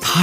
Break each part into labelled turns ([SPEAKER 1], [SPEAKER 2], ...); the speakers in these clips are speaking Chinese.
[SPEAKER 1] 他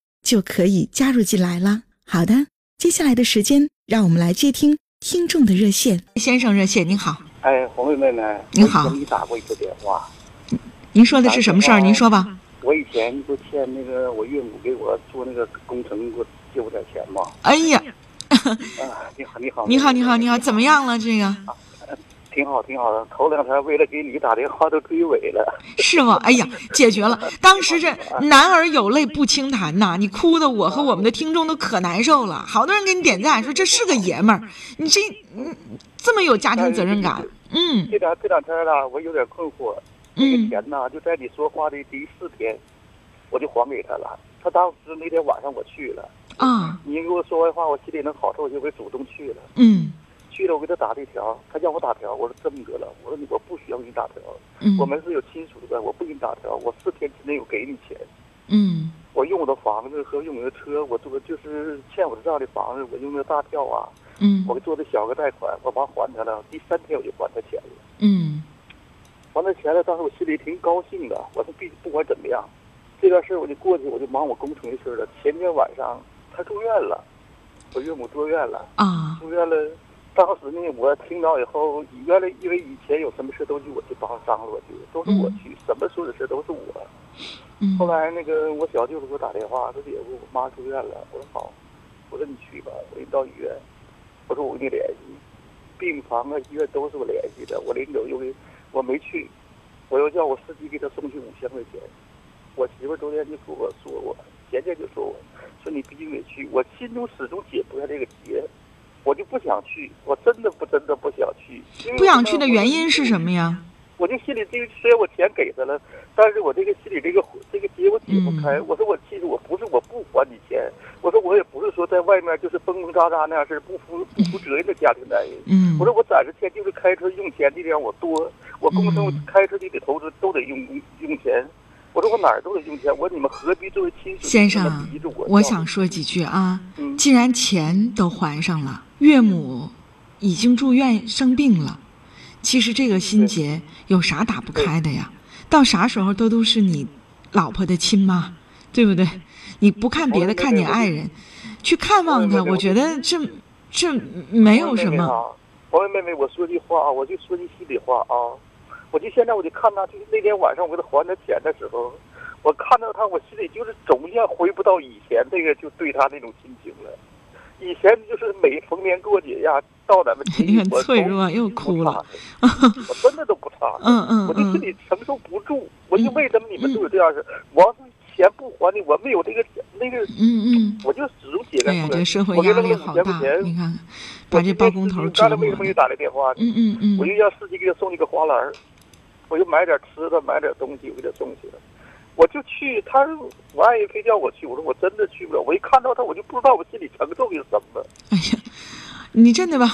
[SPEAKER 2] 就可以加入进来了。好的，接下来的时间，让我们来接听听众的热线。先生，热线您好，
[SPEAKER 3] 哎，红瑞妹妹，
[SPEAKER 2] 你好
[SPEAKER 3] 我给你打过一次电话。
[SPEAKER 2] 您说的是什么事儿？
[SPEAKER 3] 打电话
[SPEAKER 2] 您说吧。
[SPEAKER 3] 我以前不欠那个我岳母给我做那个工程，给我借我点钱嘛。
[SPEAKER 2] 哎呀，
[SPEAKER 3] 啊，你好，你好，
[SPEAKER 2] 你好，你好，你好，怎么样了？这个
[SPEAKER 3] 挺好，挺好的。头两天为了给你打电话都追尾了，
[SPEAKER 2] 是吗？哎呀，解决了。当时这男儿有泪不轻弹呐，你哭的我和我们的听众都可难受了。好多人给你点赞说这是个爷们儿，你这嗯这么有家庭责任感，嗯。
[SPEAKER 3] 这两这两天啊，我有点困惑。那个
[SPEAKER 2] 嗯
[SPEAKER 3] 钱呐，就在你说话的第四天，我就还给他了。他当时那天晚上我去了，
[SPEAKER 2] 啊，
[SPEAKER 3] 你给我说完话，我心里能好受一些，我就主动去了。
[SPEAKER 2] 嗯
[SPEAKER 3] 去了，我给他打了一条，他让我打条，我说这么个了，我说你我不需要给你打条，
[SPEAKER 2] 嗯，
[SPEAKER 3] 我们是有亲属的，我不给你打条，我四天之内我给你钱，
[SPEAKER 2] 嗯
[SPEAKER 3] 我用我的房子和用我的车，我做就是欠我的账的房子，我用的大票啊，
[SPEAKER 2] 嗯
[SPEAKER 3] 我做的小额贷款，我完还他了，第三天我就还他钱了，
[SPEAKER 2] 嗯
[SPEAKER 3] 还他钱了，当时我心里挺高兴的，我说必不管怎么样，这件事我就过去，我就忙我工程的事了。前天晚上他住院了，我岳母住院了。
[SPEAKER 2] 啊
[SPEAKER 3] 住院了，当时呢，我听到以后，原来因为以前有什么事都是我去帮张罗去，都是我去，什么所有的事都是我。
[SPEAKER 2] 嗯
[SPEAKER 3] 后来那个我小舅子给我打电话，说姐夫，我妈住院了。我说好，我说你去吧，我给你到医院，我说我跟你联系，病房啊、医院都是我联系的。我临走又给我没去，我又叫我司机给他送去五千块钱。我媳妇儿昨天就说我说我，前天就说我，说你必须得去。我心中始终解不开这个结，我就不想去，我真的不真的不想去。因为
[SPEAKER 2] 不想
[SPEAKER 3] 我
[SPEAKER 2] 去的原因是什么呀？
[SPEAKER 3] 我就心里这个，虽然我钱给他了，但是我这个心里这个这个结我解不开。
[SPEAKER 2] 嗯
[SPEAKER 3] 我说我其实我不是我不还你钱，我说我也不是说在外面就是蹦蹦喳喳那样式儿不负不负责任的家庭男人。
[SPEAKER 2] 嗯
[SPEAKER 3] 我说我暂时钱就是开车用钱的量我多，我工程我
[SPEAKER 2] 嗯
[SPEAKER 3] 开车就得投资都得用用钱。我说我哪儿都得用钱，我说你们何必作为亲属
[SPEAKER 2] 先
[SPEAKER 3] 这
[SPEAKER 2] 生
[SPEAKER 3] 么逼着我？，
[SPEAKER 2] 我想说几句啊。
[SPEAKER 3] 嗯，
[SPEAKER 2] 既然钱都还上了，岳母已经住院生病了，其实这个心结有啥打不开的呀？到啥时候都都是你老婆的亲妈，对不对？你不看
[SPEAKER 3] 哦
[SPEAKER 2] 别的，看你爱人，去看望他，我觉得这这没哎有什么。
[SPEAKER 3] 王妹妹啊，王妹妹，我说句话啊，我就说句心里话啊，我就现在我就看她，就是那天晚上我给她还她钱的时候，我看到她，我心里就是总像回不到以前那个就对她那种心情了。以前就是每逢年过节呀，到咱们
[SPEAKER 2] 哎呀
[SPEAKER 3] 我都
[SPEAKER 2] 脆弱又哭了。
[SPEAKER 3] 不差的，我真的都不差
[SPEAKER 2] 嗯嗯
[SPEAKER 3] 我就
[SPEAKER 2] 嗯
[SPEAKER 3] 心里承受不住，我就为什么你们都有这样事？王钱不还你，我没有这个那个，
[SPEAKER 2] 嗯嗯。
[SPEAKER 3] 我就始终解
[SPEAKER 2] 哎
[SPEAKER 3] 开
[SPEAKER 2] 呀，
[SPEAKER 3] 不
[SPEAKER 2] 这
[SPEAKER 3] 来
[SPEAKER 2] 个社。会
[SPEAKER 3] 我给
[SPEAKER 2] 压
[SPEAKER 3] 扔
[SPEAKER 2] 力
[SPEAKER 3] 了
[SPEAKER 2] 好
[SPEAKER 3] 五千块
[SPEAKER 2] 大，哎
[SPEAKER 3] 钱，
[SPEAKER 2] 你看看，把这包工头折
[SPEAKER 3] 刚才
[SPEAKER 2] 磨
[SPEAKER 3] 为什么给
[SPEAKER 2] 的。
[SPEAKER 3] 打来电话？
[SPEAKER 2] 嗯嗯
[SPEAKER 3] 我就
[SPEAKER 2] 嗯
[SPEAKER 3] 让司机给他送一个花篮儿，我就买点吃的，买点东西，我给他送去了。我就去，他说我爱人非叫我去，我说我真的去不了。我一看到他，我就不知道我心里承受的是什么。
[SPEAKER 2] 哎呀，你真的吧？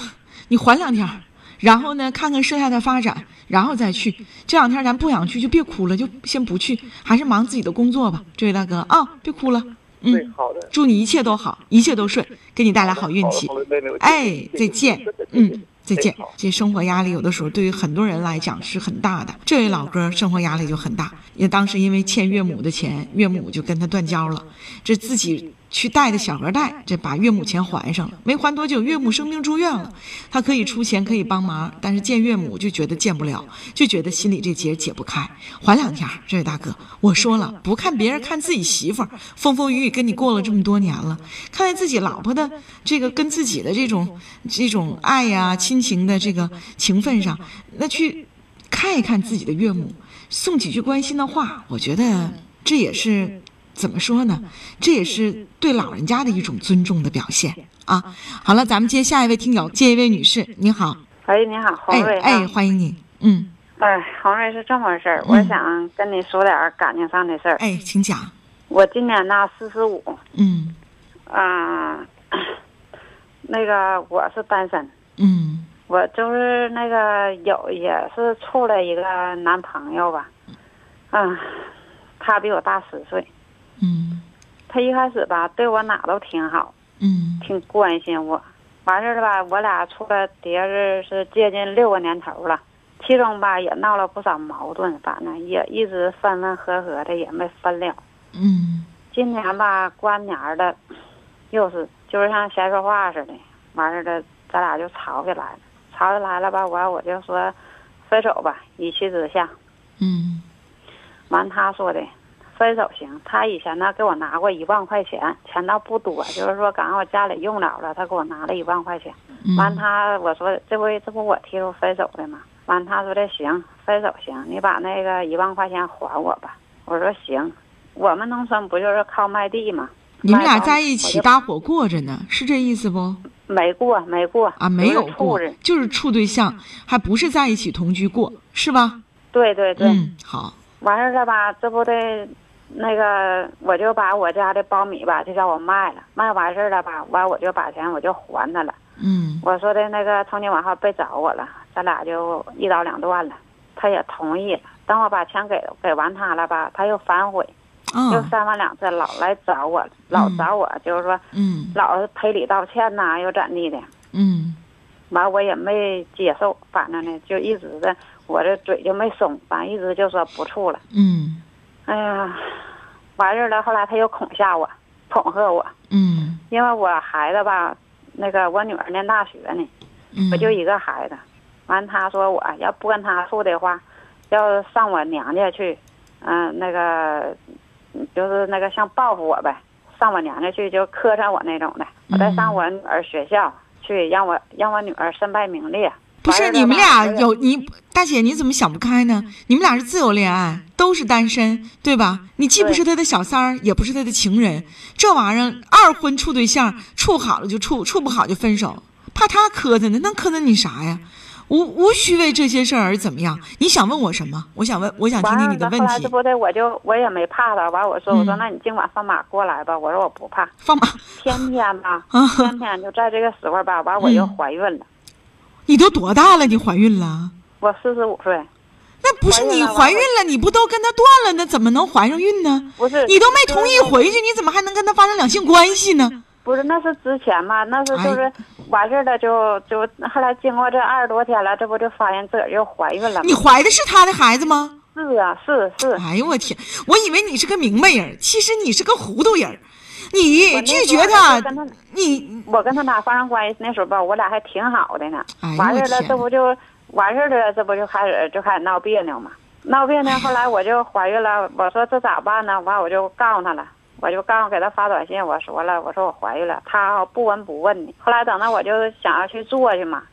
[SPEAKER 2] 你缓两天儿，然后呢，看看剩下的发展，然后再去。这两天咱不想去，就别哭了，就先不去，还是忙自己的工作吧，这位大哥啊、别哭了。
[SPEAKER 3] 对，
[SPEAKER 2] 嗯，
[SPEAKER 3] 好的，
[SPEAKER 2] 祝你一切都好，一切都顺，给你带来好运气
[SPEAKER 3] 好。了，妹妹，我
[SPEAKER 2] 哎，再见。嗯，
[SPEAKER 4] 再见。这生活压力有的时候对于很多人来讲是很大的。这位老哥生活压力就很大，也当时因为欠岳母的钱，岳母就跟他断交了。这自己去贷的小额贷，这把岳母钱还上了，没还多久，岳母生病住院了。他可以出钱，可以帮忙，但是见岳母就觉得见不了，就觉得心里这结解不开。缓两天，这位大哥，我说了，不看别人，看自己媳妇儿，风风雨雨跟你过了这么多年了，看在自己老婆的这个跟自己的这种这种爱呀、亲情的这个情分上，那去看一看自己的岳母，送几句关心的话，我觉得这也是。怎么说呢？这也是对老人家的一种尊重的表现啊！好了，咱们接下一位听友，接一位女士，你好，
[SPEAKER 5] 喂，你好，
[SPEAKER 4] 哎
[SPEAKER 5] 红瑞啊。
[SPEAKER 4] 哎，欢迎你，嗯，
[SPEAKER 5] 哎，红瑞是这么回事儿，我想跟你说点儿感情上的事儿。
[SPEAKER 4] 哎，请讲，
[SPEAKER 5] 我今年呢四十五，
[SPEAKER 4] 嗯
[SPEAKER 5] 啊，那个我是单身，
[SPEAKER 4] 嗯
[SPEAKER 5] 我就是那个有也是处了一个男朋友吧，啊，他比我大十岁，
[SPEAKER 4] 嗯
[SPEAKER 5] 他一开始吧对我哪都挺好，
[SPEAKER 4] 嗯
[SPEAKER 5] 挺关心我。完事儿了吧，我俩处了得是是接近六个年头了，其中吧也闹了不少矛盾，反正也一直分分合合的，也没分了。
[SPEAKER 4] 嗯
[SPEAKER 5] 今年吧，过年儿了，又是就是像谁说话似的，完事儿了，咱俩就吵起来了。吵起来了吧，完我就说分手吧，一气之下。
[SPEAKER 4] 嗯
[SPEAKER 5] 完他说的分手行，他以前呢给我拿过一万块钱，钱倒不多，就是说赶上我家里用着了，他给我拿了一万块钱。
[SPEAKER 4] 嗯，
[SPEAKER 5] 完他我说这回这不我提出分手的吗？完他说的行，分手行，你把那个一万块钱还我吧。我说行，我们农村不就是靠卖地吗？
[SPEAKER 4] 你们
[SPEAKER 5] 卖
[SPEAKER 4] 俩
[SPEAKER 5] 房
[SPEAKER 4] 在一起
[SPEAKER 5] 我就
[SPEAKER 4] 搭伙过着呢，是这意思不？
[SPEAKER 5] 没过没过
[SPEAKER 4] 啊，没有
[SPEAKER 5] 就是处
[SPEAKER 4] 过
[SPEAKER 5] 着，
[SPEAKER 4] 就是处对象，还不是在一起同居过，是吧？
[SPEAKER 5] 对对对，
[SPEAKER 4] 嗯，好，
[SPEAKER 5] 完事儿了吧？这不得那个，我就把我家的苞米吧，就叫我卖了，卖完事儿了吧，完我就把钱我就还他了。
[SPEAKER 4] 嗯
[SPEAKER 5] 我说的那个，从今往后别找我了，咱俩就一刀两断了。他也同意了。等我把钱给给完他了吧，他又反悔，又
[SPEAKER 4] 啊，
[SPEAKER 5] 三番两次老来找我，老找我，就是说
[SPEAKER 4] 嗯
[SPEAKER 5] 老是赔礼道歉呐、又咋地的。
[SPEAKER 4] 嗯
[SPEAKER 5] 完我也没接受，反正呢就一直的，我这嘴就没松，反正一直就说不处了。
[SPEAKER 4] 嗯
[SPEAKER 5] 哎呀，完事儿了，后来他又恐吓我，恐吓我，
[SPEAKER 4] 嗯
[SPEAKER 5] 因为我孩子吧，那个我女儿念大学呢，
[SPEAKER 4] 嗯，
[SPEAKER 5] 我就一个孩子，完他说我哎要不跟他处的话，要上我娘家去，嗯、那个，就是那个像报复我呗，上我娘家去就磕碜我那种的，我再上我女儿学校去，让我让我女儿身败名裂。
[SPEAKER 4] 不
[SPEAKER 5] 完事
[SPEAKER 4] 是
[SPEAKER 5] 儿了
[SPEAKER 4] 你们俩
[SPEAKER 5] 吧我也
[SPEAKER 4] 有你大姐，你怎么想不开呢？
[SPEAKER 5] 嗯
[SPEAKER 4] 你们俩是自由恋爱，都是单身，对吧？你既不是他的小三儿，也不是他的情
[SPEAKER 5] 嗯
[SPEAKER 4] 人，这玩意儿二婚处对象，处好了就处，处不好就分手，怕他磕碜呢，能磕碜你啥呀？
[SPEAKER 5] 嗯
[SPEAKER 4] 无无需为这些事儿而怎么样？你想问我什么？我想问，我想听
[SPEAKER 5] 完
[SPEAKER 4] 听
[SPEAKER 5] 了，
[SPEAKER 4] 你的
[SPEAKER 5] 后
[SPEAKER 4] 问
[SPEAKER 5] 来
[SPEAKER 4] 题
[SPEAKER 5] 这。不对，我就我也没怕他。完，我说我说
[SPEAKER 4] 嗯
[SPEAKER 5] 那你今晚放马过来吧。我说我不怕，
[SPEAKER 4] 放马，，
[SPEAKER 5] 天天吧
[SPEAKER 4] 啊
[SPEAKER 5] 天天就在这个时候吧。完我又
[SPEAKER 4] 嗯
[SPEAKER 5] 怀孕了，
[SPEAKER 4] 你都多大了？你怀孕了？
[SPEAKER 5] 我四十五岁，
[SPEAKER 4] 那不是你怀
[SPEAKER 5] 怀
[SPEAKER 4] 孕
[SPEAKER 5] 孕
[SPEAKER 4] 了，你不都跟他断了呢？怎么能怀上孕呢？
[SPEAKER 5] 不是
[SPEAKER 4] 你都没同意回去，你怎么还能跟他发生两性关系呢？
[SPEAKER 5] 不是那是之前嘛，那是就
[SPEAKER 4] 哎
[SPEAKER 5] 是完事儿了就就后来经过这二十多天了，这不就发现自个儿又怀孕了
[SPEAKER 4] 你
[SPEAKER 5] 吗？
[SPEAKER 4] 怀的是他的孩子吗？
[SPEAKER 5] 是啊，是是，
[SPEAKER 4] 哎呦我天！我以为你是个明白人儿，其实你是个糊涂人儿。你
[SPEAKER 5] 我那
[SPEAKER 4] 拒
[SPEAKER 5] 时候
[SPEAKER 4] 绝
[SPEAKER 5] 就跟他
[SPEAKER 4] 你
[SPEAKER 5] 我跟他俩发生关系那时候吧，我俩还挺好的呢
[SPEAKER 4] 哎呦。
[SPEAKER 5] 完
[SPEAKER 4] 我
[SPEAKER 5] 事儿了，
[SPEAKER 4] 天
[SPEAKER 5] 这不就完事儿了，这不就开始就开始闹别扭嘛。闹别扭，后来我就怀孕了，我说这咋办呢？完我就告诉他了，我就告诉给他发短信，我说了，我说我怀孕了，他不闻不问的。后来等到我就想要去做去嘛，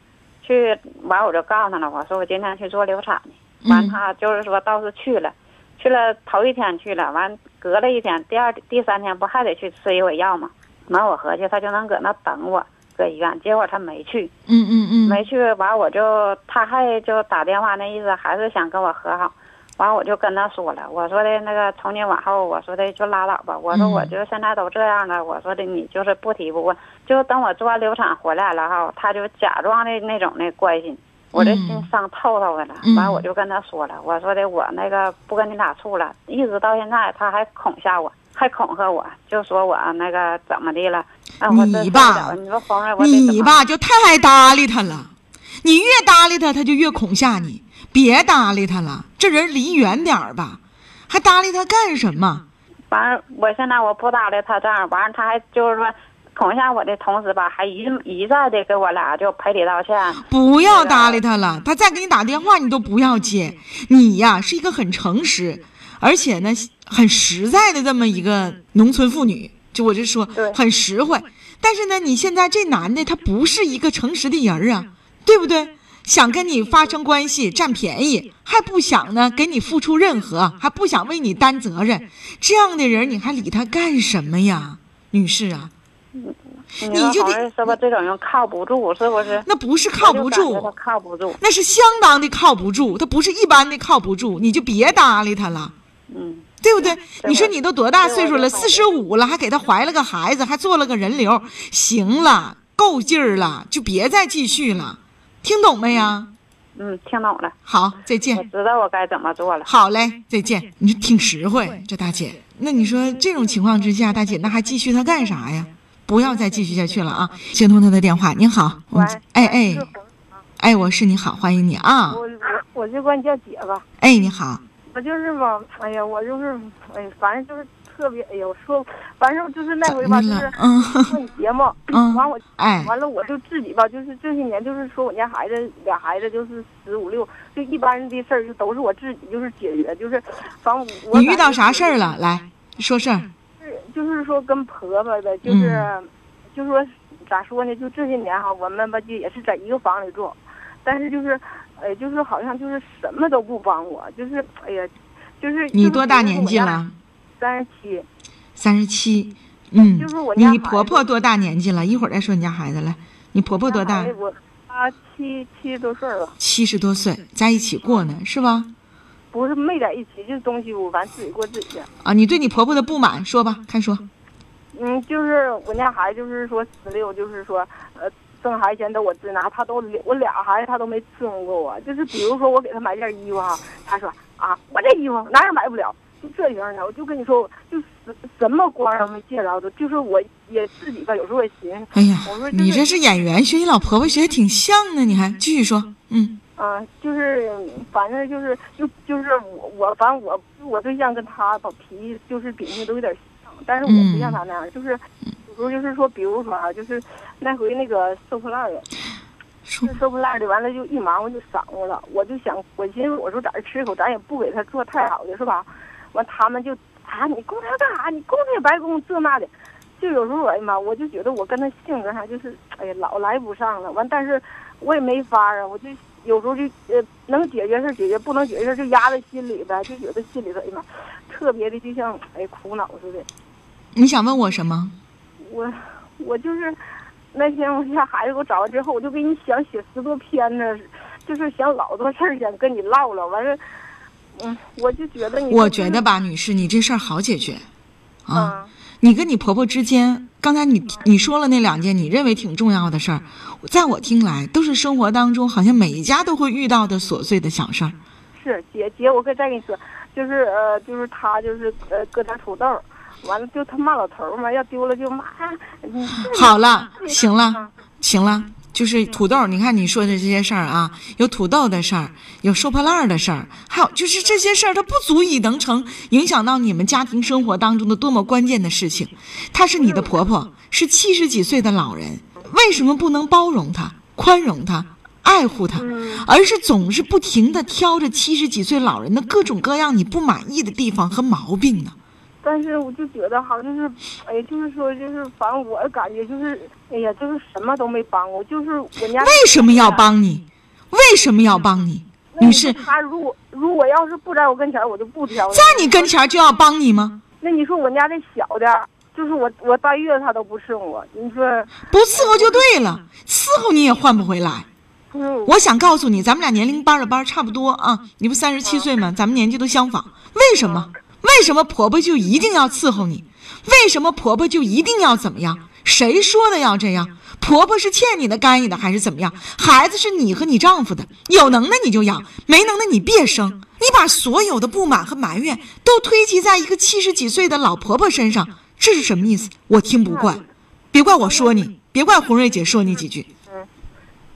[SPEAKER 5] 去完我就告诉他了，我说我今天去做流产去。完
[SPEAKER 4] 嗯
[SPEAKER 5] 他就是说倒是去了，去了头一天去了，完隔了一天，第二第三天不还得去吃一回药吗？完我合计他就能搁那等我，搁医院。结果他没去，
[SPEAKER 4] 嗯嗯嗯，
[SPEAKER 5] 没去完我就他还就打电话那意思还是想跟我和好。完我就跟他说了，我说的那个从今往后，我说的就拉倒吧。我说
[SPEAKER 4] 嗯
[SPEAKER 5] 我就现在都这样了，我说的你就是不提不问，就等我做完流产回来了哈，他就假装的那种的关心。我这心
[SPEAKER 4] 嗯
[SPEAKER 5] 伤透透的了
[SPEAKER 4] 嗯，
[SPEAKER 5] 完我就跟他说了，我说的我那个不跟你俩处了，一直到现在他还恐吓我，还恐吓我，就说我那个怎么的了，啊，我这
[SPEAKER 4] 你
[SPEAKER 5] 受不
[SPEAKER 4] 吧
[SPEAKER 5] 了，你说红瑞，我得怎
[SPEAKER 4] 你
[SPEAKER 5] 么
[SPEAKER 4] 吧就太爱搭理他了。你越搭理他，他就越恐吓你，别搭理他了，这人离远点儿吧，还搭理他干什么？
[SPEAKER 5] 完了，我现在我不搭理他这样，完了他还就是说恐吓我的同时吧，还一一再的给我俩就赔礼道歉。
[SPEAKER 4] 不要搭理他了，他再给你打电话你都不要接。你呀是一个很诚实，而且呢很实在的这么一个农村妇女，就我就说
[SPEAKER 5] 对
[SPEAKER 4] 很实惠。但是呢，你现在这男的他不是一个诚实的人儿啊，对不对？想跟你发生关系占便宜，还不想呢给你付出任何，还不想为你担责任，这样的人你还理他干什么呀，女士啊？
[SPEAKER 5] 你
[SPEAKER 4] 你就
[SPEAKER 5] 说
[SPEAKER 4] 得
[SPEAKER 5] 红瑞是不是这种人靠不住？是不是？
[SPEAKER 4] 那不是靠不
[SPEAKER 5] 我就感
[SPEAKER 4] 住
[SPEAKER 5] 觉，他靠不住。
[SPEAKER 4] 那是相当的靠不住，他不是一般的靠不住，你就别搭理他了，
[SPEAKER 5] 嗯，
[SPEAKER 4] 对不对？你说
[SPEAKER 5] 我
[SPEAKER 4] 你都多大
[SPEAKER 5] 对
[SPEAKER 4] 岁
[SPEAKER 5] 我
[SPEAKER 4] 数
[SPEAKER 5] 就
[SPEAKER 4] 了？
[SPEAKER 5] 感
[SPEAKER 4] 四
[SPEAKER 5] 觉
[SPEAKER 4] 十五了，还给他怀了个孩子，还做了个人流，行了，够劲儿了，就别再继续了，听懂没呀？
[SPEAKER 5] 嗯，听懂了，
[SPEAKER 4] 好，再
[SPEAKER 5] 我
[SPEAKER 4] 见。
[SPEAKER 5] 知道我该怎么做了。
[SPEAKER 4] 好嘞，再见。你说挺实惠，这大姐。那你说这种情况之下，大姐那还继续他干啥呀？不要再继续下去了啊！接通他的电话，您好，我们
[SPEAKER 5] 喂
[SPEAKER 4] 哎哎哎，我是你好，欢迎你啊！
[SPEAKER 6] 我我我就管你叫姐吧，
[SPEAKER 4] 哎，你好，
[SPEAKER 6] 我就是吧，哎呀，我就是，哎呀，反正就是特别，哎呀，我说，反正就是那回吧，
[SPEAKER 4] 怎
[SPEAKER 6] 就
[SPEAKER 4] 么
[SPEAKER 6] 是
[SPEAKER 4] 了？嗯。
[SPEAKER 6] 做你节目，
[SPEAKER 4] 嗯
[SPEAKER 6] 完我
[SPEAKER 4] 哎，
[SPEAKER 6] 完了我就自己吧，就是这些年就是说我家孩子俩孩子就是十五六，就一般的事儿就都是我自己就是解决，就是反正我
[SPEAKER 4] 你遇到啥事儿了？来说事儿。
[SPEAKER 6] 是就是说跟婆婆呗，就是、
[SPEAKER 4] 嗯
[SPEAKER 6] 就说咋说呢？就这些年哈，我们吧就也是在一个房里住，但是就是，
[SPEAKER 5] 哎
[SPEAKER 6] 呃，就是好像就是什么都不帮我，就是哎呀，就是
[SPEAKER 4] 你多大年纪？了？
[SPEAKER 6] 三十七，
[SPEAKER 4] 三十七。嗯
[SPEAKER 6] 就是我，家
[SPEAKER 4] 你
[SPEAKER 6] 孩
[SPEAKER 4] 婆
[SPEAKER 6] 子
[SPEAKER 4] 婆多大年纪了？一会儿再说你家孩子来。你婆婆多大
[SPEAKER 6] 哎？我啊，七七十多岁了，
[SPEAKER 4] 七十多岁，在一起过呢，是吧？
[SPEAKER 6] 不是没在一起，就是东西屋，完自己过自己的。
[SPEAKER 4] 啊，你对你婆婆的不满说吧，看说。
[SPEAKER 6] 嗯，就是我家孩子，就是说十六，就是说，呃，挣孩子钱都我自拿，他都我俩孩子他都没伺候过我。就是比如说我给他买件衣服哈，他说啊，我这衣服哪儿也买不了，就这样的。我就跟你说，就什什么光都没介绍的，就是我也自己吧，有时候也寻思，
[SPEAKER 4] 哎呀
[SPEAKER 6] 我说，就是
[SPEAKER 4] 你这是演员，学你老婆婆学的挺像呢，你还继续说。嗯，
[SPEAKER 6] 啊、就是反正就是就就是我我反正我我对象跟他吧脾气就是秉性都有点像，但是我不像他那样，就是有时候就是说，比如说啊，就是那回那个收破烂儿的。
[SPEAKER 4] 说
[SPEAKER 6] 就收破烂的，完了就一忙我就晌过了，我就想，我寻思我说在这吃口，咱也不给他做太好的是吧？完他们就啊，你供他干啥？你供他也白供，这那的。就有时候我哎呀妈，我就觉得我跟他性格上就是哎呀老来不上了。完，但是我也没法儿啊，我就有时候就呃能解决事儿解决，不能解决事儿就压在心里呗，就觉得心里头哎呀妈，特别的就像哎苦恼似的。
[SPEAKER 4] 你想问我什么？
[SPEAKER 6] 我我就是那天我家孩子给我找完之后，我就给你想写十多篇呢，就是想老多事儿想跟你唠唠。完事，嗯，我就觉得你，
[SPEAKER 4] 我觉得，吧，女士，你这事儿好解决。啊。
[SPEAKER 6] 嗯，
[SPEAKER 4] 你跟你婆婆之间，刚才你你说了那两件你认为挺重要的事儿，
[SPEAKER 6] 嗯
[SPEAKER 4] 在我听来都是生活当中好像每一家都会遇到的琐碎的小事儿。
[SPEAKER 6] 是姐姐，我可以再跟你说，就是呃，就是他就是呃搁点土豆儿，完了就他骂老头儿嘛，要丢了就骂。你这
[SPEAKER 4] 好了，行了
[SPEAKER 6] 嗯，
[SPEAKER 4] 行了，就是土豆，你看你说的这些事儿啊，有土豆的事儿，有收破烂儿的事儿，还有就是这些事儿，它不足以能成影响到你们家庭生活当中的多么关键的事情。她是你的婆婆，是七十几岁的老人，为什么不能包容她、宽容她、爱护她？
[SPEAKER 6] 嗯
[SPEAKER 4] 而是总是不停的挑着七十几岁老人的各种各样你不满意的地方和毛病呢？
[SPEAKER 6] 但是我就觉得哈，就是，哎，就是说，就是，反正我感觉就是，哎呀，就是什么都没帮我，就是我家
[SPEAKER 4] 为什么要帮你？为什么要帮你？
[SPEAKER 6] 那
[SPEAKER 4] 女
[SPEAKER 6] 你
[SPEAKER 4] 士
[SPEAKER 6] 说，他如果如果要是不在我跟前儿，我就不挑了。
[SPEAKER 4] 在你跟前儿就要帮你吗？
[SPEAKER 6] 那你说我家这小的，就是我我半月他都不伺候我，你说
[SPEAKER 4] 不伺候就对了，伺候你也换不回来。
[SPEAKER 6] 不是我
[SPEAKER 4] 我想告诉你，咱们俩年龄班儿的班儿差不多啊，你不三十七岁吗？咱们年纪都相仿，为什么？为什么婆婆就一定要伺候你？为什么婆婆就一定要怎么样？谁说的要这样？婆婆是欠你的、该你的，还是怎么样？孩子是你和你丈夫的，有能耐你就养，没能耐你别生。你把所有的不满和埋怨都推及在一个七十几岁的老婆婆身上，这是什么意思？我听不惯，别怪我说你，别怪红瑞姐说你几句。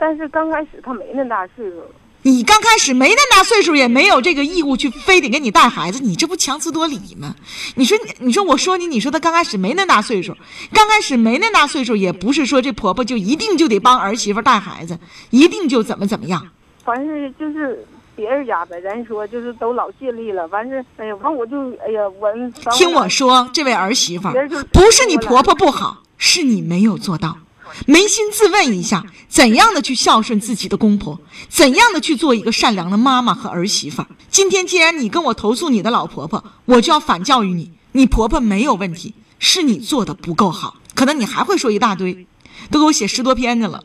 [SPEAKER 6] 但是刚开始他没那么大岁数，
[SPEAKER 4] 你刚开始没那么大岁数，也没有这个义务去非得给你带孩子，你这不强词夺理吗？你说，你说，我说你，你说他刚开始没那么大岁数，刚开始没那么大岁数，也不是说这婆婆就一定就得帮儿媳妇带孩子，一定就怎么怎么样。
[SPEAKER 6] 凡是就是别人家呗，咱说就是都老尽力了。完事，哎呀，完我就哎呀，我
[SPEAKER 4] 听我，说，这位儿媳妇儿，不是你婆婆不好，是你没有做到。扪心自问一下，怎样的去孝顺自己的公婆，怎样的去做一个善良的妈妈和儿媳妇儿？今天既然你跟我投诉你的老婆婆，我就要反教育你，你婆婆没有问题，是你做的不够好，可能你还会说一大堆。都给我写十多篇去了，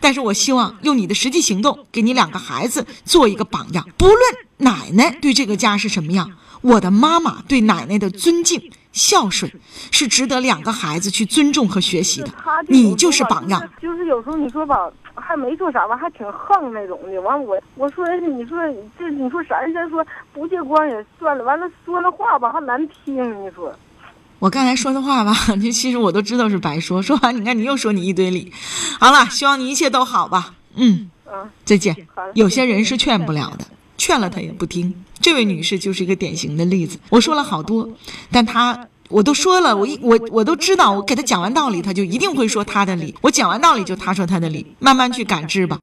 [SPEAKER 4] 但是我希望用你的实际行动，给你两个孩子做一个榜样。不论奶奶对这个家是什么样，我的妈妈对奶奶的尊敬、孝顺，是值得两个孩子去尊重和学习的。
[SPEAKER 6] 他这种
[SPEAKER 4] 你就是
[SPEAKER 6] 说吧
[SPEAKER 4] 榜样。
[SPEAKER 6] 就是。就是有时候你说吧，还没做啥吧，还挺横那种的。完我我说的是，你说这你说啥人家说不借光也算了，完了说了话吧还难听，你说。
[SPEAKER 4] 我刚才说的话吧， 这其实我都知道是白说。说完，你看你又说你一堆理。好了，希望你一切都好吧。嗯，
[SPEAKER 6] 嗯，
[SPEAKER 4] 再见
[SPEAKER 6] 好了。
[SPEAKER 4] 有些人是劝不了的，劝了他也不
[SPEAKER 6] 嗯
[SPEAKER 4] 听。这位女士就是一个典型的例子。我说了好多，但
[SPEAKER 6] 嗯
[SPEAKER 4] 她我都说了，我一我我都知道，我给她讲完道理，她就一定会说她的理。我讲完道理就她说她的理，慢慢去感知吧。